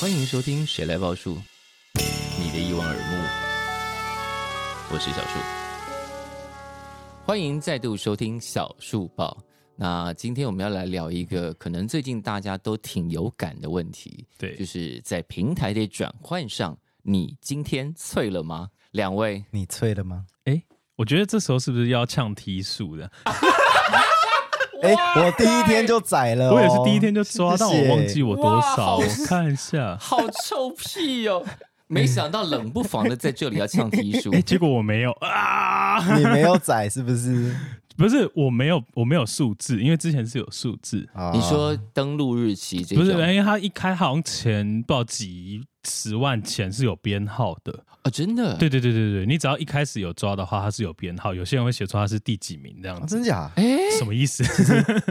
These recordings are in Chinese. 欢迎收听《谁来报数》，你的一望而目，我是小树。欢迎再度收听小树报。那今天我们要来聊一个可能最近大家都挺有感的问题，对就是在平台的转换上，你今天脆了吗？两位你脆了吗？我觉得这时候是不是要呛提速的？哎、我第一天就宰了哦、我也是第一天就抓，谢但我忘记我多哇少，好我看一下。好臭屁哦！没想到冷不防的在这里要呛提叔 哎、，结果我没有啊， 你没有宰是不 是？不是我没有，我没有数字，因为之前是有数字，啊你说登录日期这不种哦是，因哎为他一开好像前不知道几十万前是有编号的。哎啊，真的对对对对对，你只要一开始有抓的话，它是有编号，有些人会写出它是第几名这样啊子，真假？哎，什么意思？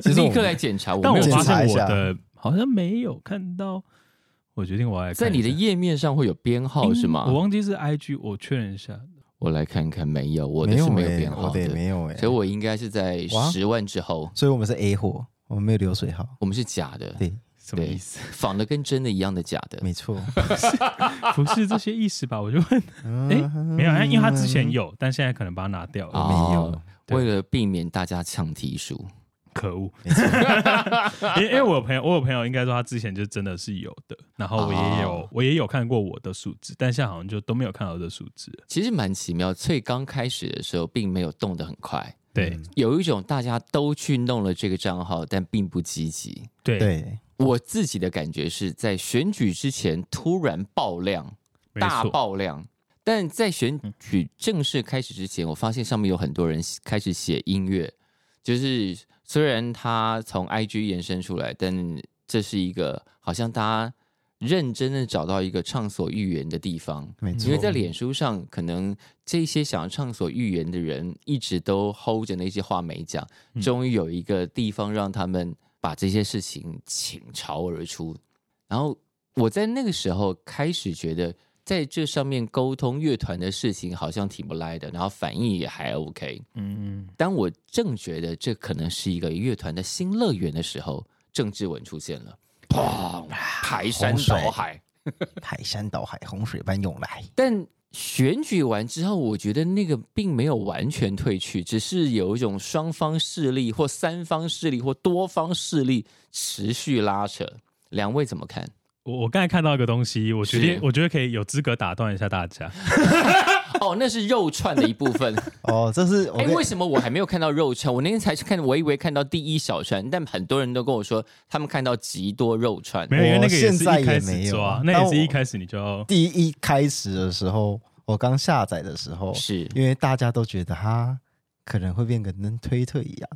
其实我立刻来检查， 但我我没有检发发查现现一我下的好像没有看到，我决定我要来看在你的一下页面上会有编号嗯是吗？我忘记是 IG，我确认一下。我来看看，没有，我的是没没有欸编我号的也没有哎、所以我应该是在哇十万之后，所以我们是 A 货，我们没有流水号。我们是假的，对，什么对意思？仿的跟真的一样的假的。没错。不是这些意思吧？我就问，哎、没有，因为他之前有，但现在可能把它拿掉了。啊没有，对为了避免大家呛题数，可恶！没错， 因为因为我有朋友，我有朋友应该说他之前就真的是有的，然后我也有，哦我也有看过我的数字，但现在好像就都没有看到我的数字嗯了。其实蛮奇妙。最刚开始的时候，并没有动得很快，对、嗯有一种大家都去弄了这个账号，但并不积极。对，对，我自己的感觉是在选举之前突然爆量，没大错，嗯爆量。但在选举正式开始之前，我发现上面有很多人开始写音乐，就是虽然它从 IG 延伸出来，但这是一个好像大家认真的找到一个畅所欲言的地方。没因错为。在脸书上，可能这些想要畅所欲言的人一直都 hold 着那些话没讲，嗯终于有一个地方让他们把这些事情倾巢而出。然后我在那个时候开始觉得，在这上面沟通乐团的事情好像挺不赖的，然后反应也还 OK。嗯，当我正觉得这可能是一个乐团的新乐园的时候，郑志文出现了，砰，排山洪水倒海。嗯排山倒海，洪水般涌来。但选举完之后，我觉得那个并没有完全退去，只是有一种双方势力或三方势力或多方势力持续拉扯。两位怎么看？我我刚才看到一个东西，我决是定，我觉得可以有资格打断一下大 家。哦，那是肉串的一部 分。哦，这是我哎，跟、为什么我还没有看到肉串？我那天才看，我以为看到第一小串，但很多人都跟我说他们看到极多肉串。没有，因为那个也我是现在一开也没始有抓啊，那但也我是一开始你就要第一开始的时候，我刚下载的时候，是因为大家都觉得它可能会变得跟推特一样，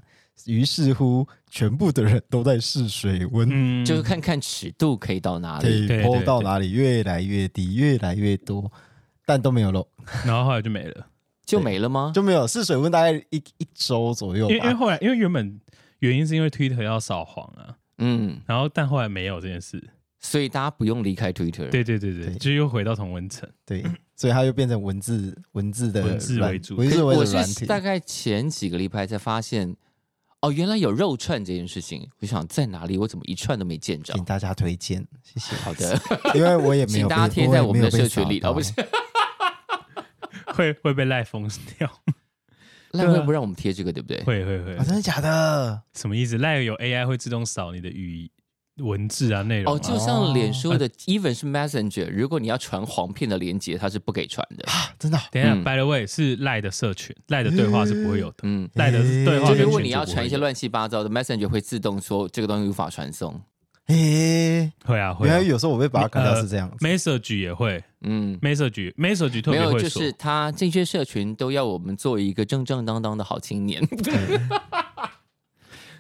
于是乎全部的人都在试水温。嗯，就是看看尺度可以到哪可里。以对对抛对到哪里越来越低，越来越多，但都没有漏，嗯然后后来就没了。就没了吗？就没有试水温，大概一一周左右因为 因为吧。后来因为原本原因是因为 Twitter 要扫黄啊，嗯，然后但后来没有这件事。所以大家不用离开 Twitter。对对对对，对就又回到同温 层。对，所以它就变成文字文字的文字软为主文字为我主软是体。大概前几个礼拜才发现，哦，原来有肉串这件事情。我想在哪里，我怎么一串都没见着请？大家推荐，谢谢。好的，因为我也 没请有被，大家贴在我我们也没的有被社群里。哦，扫到啊不 是，，会会被赖封掉，赖会不让我们贴这个，对不对？ 会会啊会，真的假的？什么意思？赖有 AI 会自动扫你的语文字啊内容哦，啊。就像脸书的，even 是 Messenger，如果你要传黄片的链接，它是不给传的。啊真的哦？等一下嗯，By the way，是赖的社群，赖嗯的对话是不会有的，嗯，赖的对话就跟群如果主你要不会传一些有乱七八糟的，Messenger 会自动说这个东西无法传送。诶，会啊会原啊来有时候我被把它看到是这样子。 ，Message 也会嗯， ，Message Message 特没别有，会就是说，他这些社群都要我们做一个正正当当的好青年。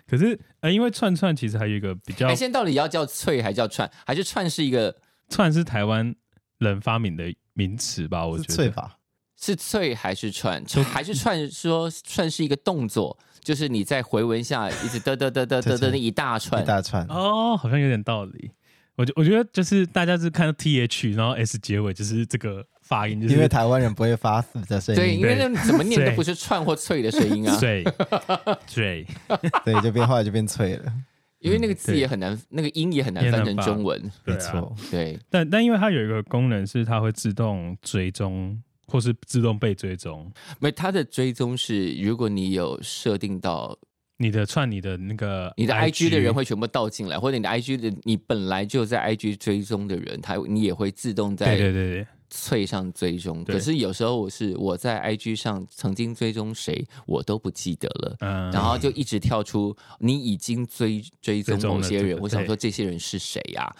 可是呃，因为串串其实还有一个比较哎，现在到底要叫脆还叫串，还是串是一个串是台湾人发明的名词吧？我是觉脆得吧？是脆还是串？还是串说串是一个动作，就是你在回文下一直嘚嘚嘚嘚嘚嘚那一大串一。大串，哦，好像有点道理。我觉我觉得就是大家是看到 T H 然后 S 结尾，就是这个发音，就是因为台湾人不会发死的声对，音因，为那怎么念都不是串或脆的声音啊， 水水对，就变后来就变脆了，因为那个字也很难，那个音也很难翻成中文。对没啊错。对，但但因为它有一个功能是它会自动追踪，或是自动被追踪没它的追踪是，如果你有设定到你的串你的那个你的 IG 的人会全部倒进来，或者你的 IG 的你本来就在 IG 追踪的人，他你也会自动对在对对对，脆上追踪。对可是有时候我是我在 IG 上曾经追踪谁，我都不记得了。嗯，然后就一直跳出你已经追追踪追踪某了些对人，我想对说这些人是谁啊呀、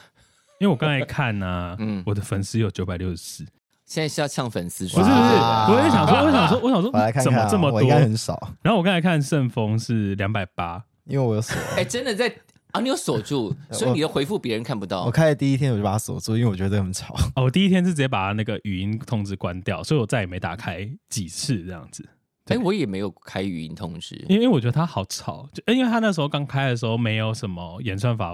因为我刚才看 呢、嗯我的粉丝有九百六十四，现在是要呛粉丝不是不是，哇我也想说，我想说，我想说， 我来看怎看么啊，这么我多应？该很少，然后我刚才看顺丰是两百八，因为我有锁。哎、真的在啊，你有锁 住，所以你的回复别人看不到我。开的第一天我就把它锁住，因为我觉得很吵。 哦，我第一天是直接把那个语音通知关掉，所以我再也没打开几次这样子。哎、对我也没有开语音通知，因为因为我觉得它好吵，就呃因为它那时候刚开的时候没有什么演算法，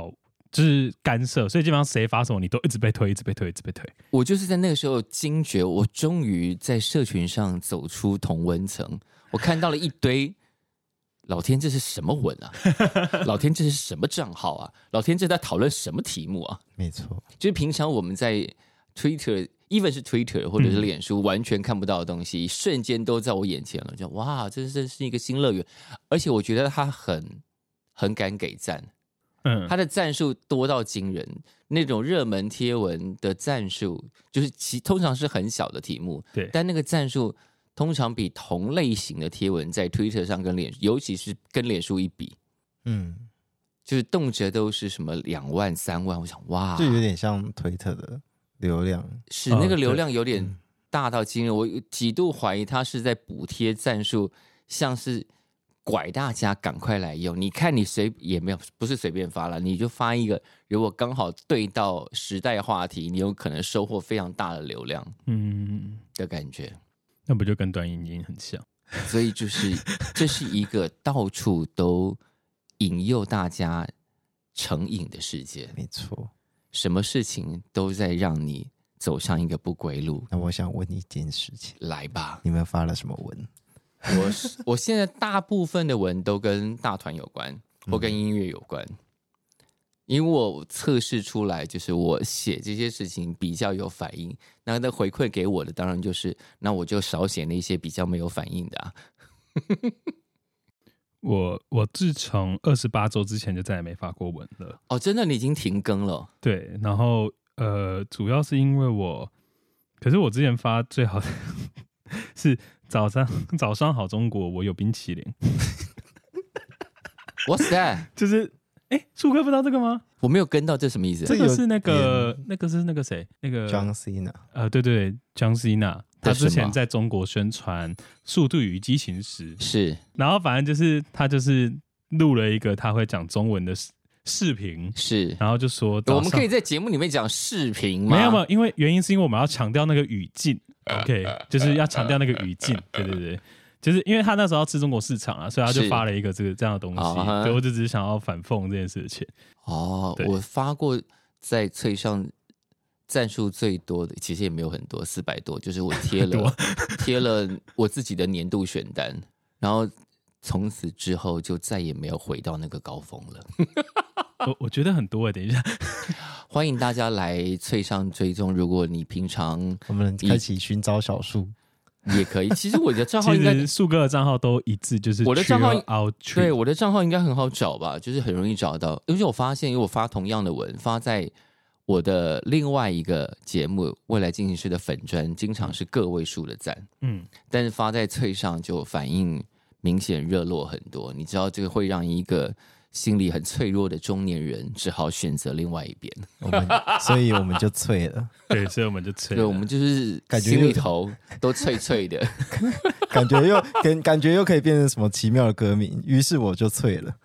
就是干涉，所以基本上谁发什么你都一直被推，一直被推，一直被推。我就是在那个时候惊觉，我终于在社群上走出同温层，我看到了一堆。老天，这是什么文啊？老天，这是什么账号啊？老天，这在讨论什么题目啊？没错，就是平常我们在 Twitter，even 是 Twitter 或者是脸书、完全看不到的东西，瞬间都在我眼前了。就哇，这这是一个新乐园，而且我觉得他很很敢给赞，嗯，他的赞数多到惊人。那种热门贴文的赞数，就是其通常是很小的题目，对但那个赞数通常比同类型的贴文在 Twitter 上跟脸，尤其是跟脸书一比。嗯，就是动辄都是什么两万三万，我想哇，就有点像推特的流量，是嗯那个对流量有点大到惊人，我几度怀疑他是在补贴战术，像是拐大家赶快来用。你看你随也没有不是随便发了，你就发一个，如果刚好对到时代话题，你有可能收获非常大的流量嗯，的感觉。那不就跟短影音很像？所以就是这是一个到处都引诱大家成瘾的世界，没错。什么事情都在让你走上一个不归路。那我想问你一件事情，来吧，你们发了什么文？ 我是我现在大部分的文都跟大团有关，嗯或跟音乐有关，因为我测试出来，就是我写这些事情比较有反应，那那回馈给我的当然就是，那我就少写那些比较没有反应的、啊。我我自从二十八周之前就再也没发过文了。哦，真的，你已经停更 了，对，然后呃，主要是因为我，可是我之前发最好的 是早上早上好中国，我有冰淇淋， What's that？就是哎，树哥不知道这个吗？我没有跟到，这什么意思这？这个有是那个那个是那个谁那个啊 John Cena，呃对对江西娜，他这是之什么前在中国宣传《速度与激情时》，是然后反正就是他就是录了一个他会讲中文的视视频，是，然后就说我早们上可以在节目里面讲视频吗？啊没有没有，因为原因是因为我们要强调那个语境，OK，就是 要强调那个语境，对对对，就是因为他那时候要吃中国市场啊，所以他就是发了一个这个这样的东西啊哈，对我就只是想要反讽这件事情，哦，对我发过在翠上赞数最多的，其实也没有很多，四百多，就是我贴了多贴了我自己的年度选单，然后从此之后就再也没有回到那个高峰了。啊我我觉得很多哎，等一下，欢迎大家来翠上追踪，如果你平常我们开启寻找小树，也可以，其实我的账号其应该实树哥的账号都一致，就是我的账号 out 对，我的账号应该很好找吧，就是很容易找到。而且我发现，因为我发同样的文，发在我的另外一个节目《未来进行式》的粉砖，经常是个位数的赞，嗯，但是发在翠上就反应明显热络很多。你知道，这个会让一个心理很脆弱的中年人只好选择另外一边。我们所以我们就脆了，对，所以我们就吹对，我们就是感觉心有里点头都脆脆 的。感觉又 感感觉又可以变成什么奇妙的歌名，于是我就脆了。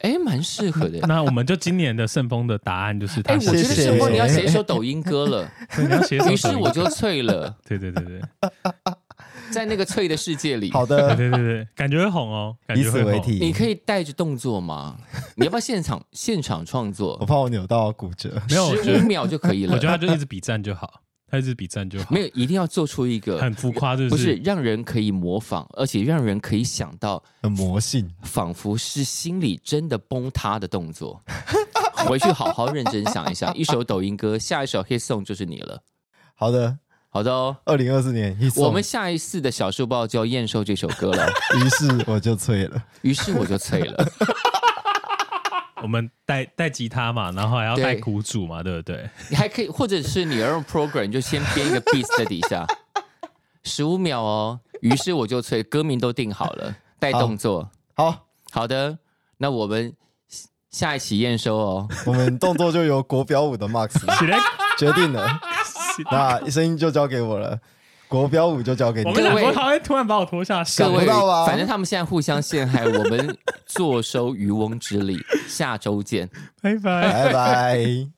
哎，蛮适合 的。 那我们就今年的顺丰的答案就是哎，他我写觉得谢谢盛峰你要写一首抖音歌 了，对你要写什么？于是我就脆了，对对对对在那个脆的世界里。好对 的，对对对，感觉会红哦，感以觉此会为红。题，你可以带着动作 吗？你要不要现场现场创我作？怕我扭到骨折。哦没有，我觉十五得秒就可以我觉得了。他就一直比赞就好。他一直比赞就好，没有一定要做出一个很浮夸，是不是是？让人可以模仿，而且让人可以想到，很魔性，仿佛是心里真的崩塌的动 作。回去好好认真想一想，一首抖音歌，下一首 hit song 就是你了。好的，好的哦，二零二四年一我们下一次的小树报就要验收这首歌了，于是我就脆了，于是我就脆了。我们带带吉他嘛，然后还要对带鼓组嘛，对不对？你还可以，或者是你要用 program，你就先编一个 beat 在底下，十五秒哦。于是我就脆，歌名都定好了，带动作。好，好的，那我们下下一期验收哦。我们动作就由国标舞的 Max 起来，决定 了，那声音就交给我了，国标舞就交给你我。们俩两各位个好像突然把我拖下水各。位不到啊吧，反正他们现在互相陷害，我们坐收渔翁之利。下周见。拜拜。拜拜。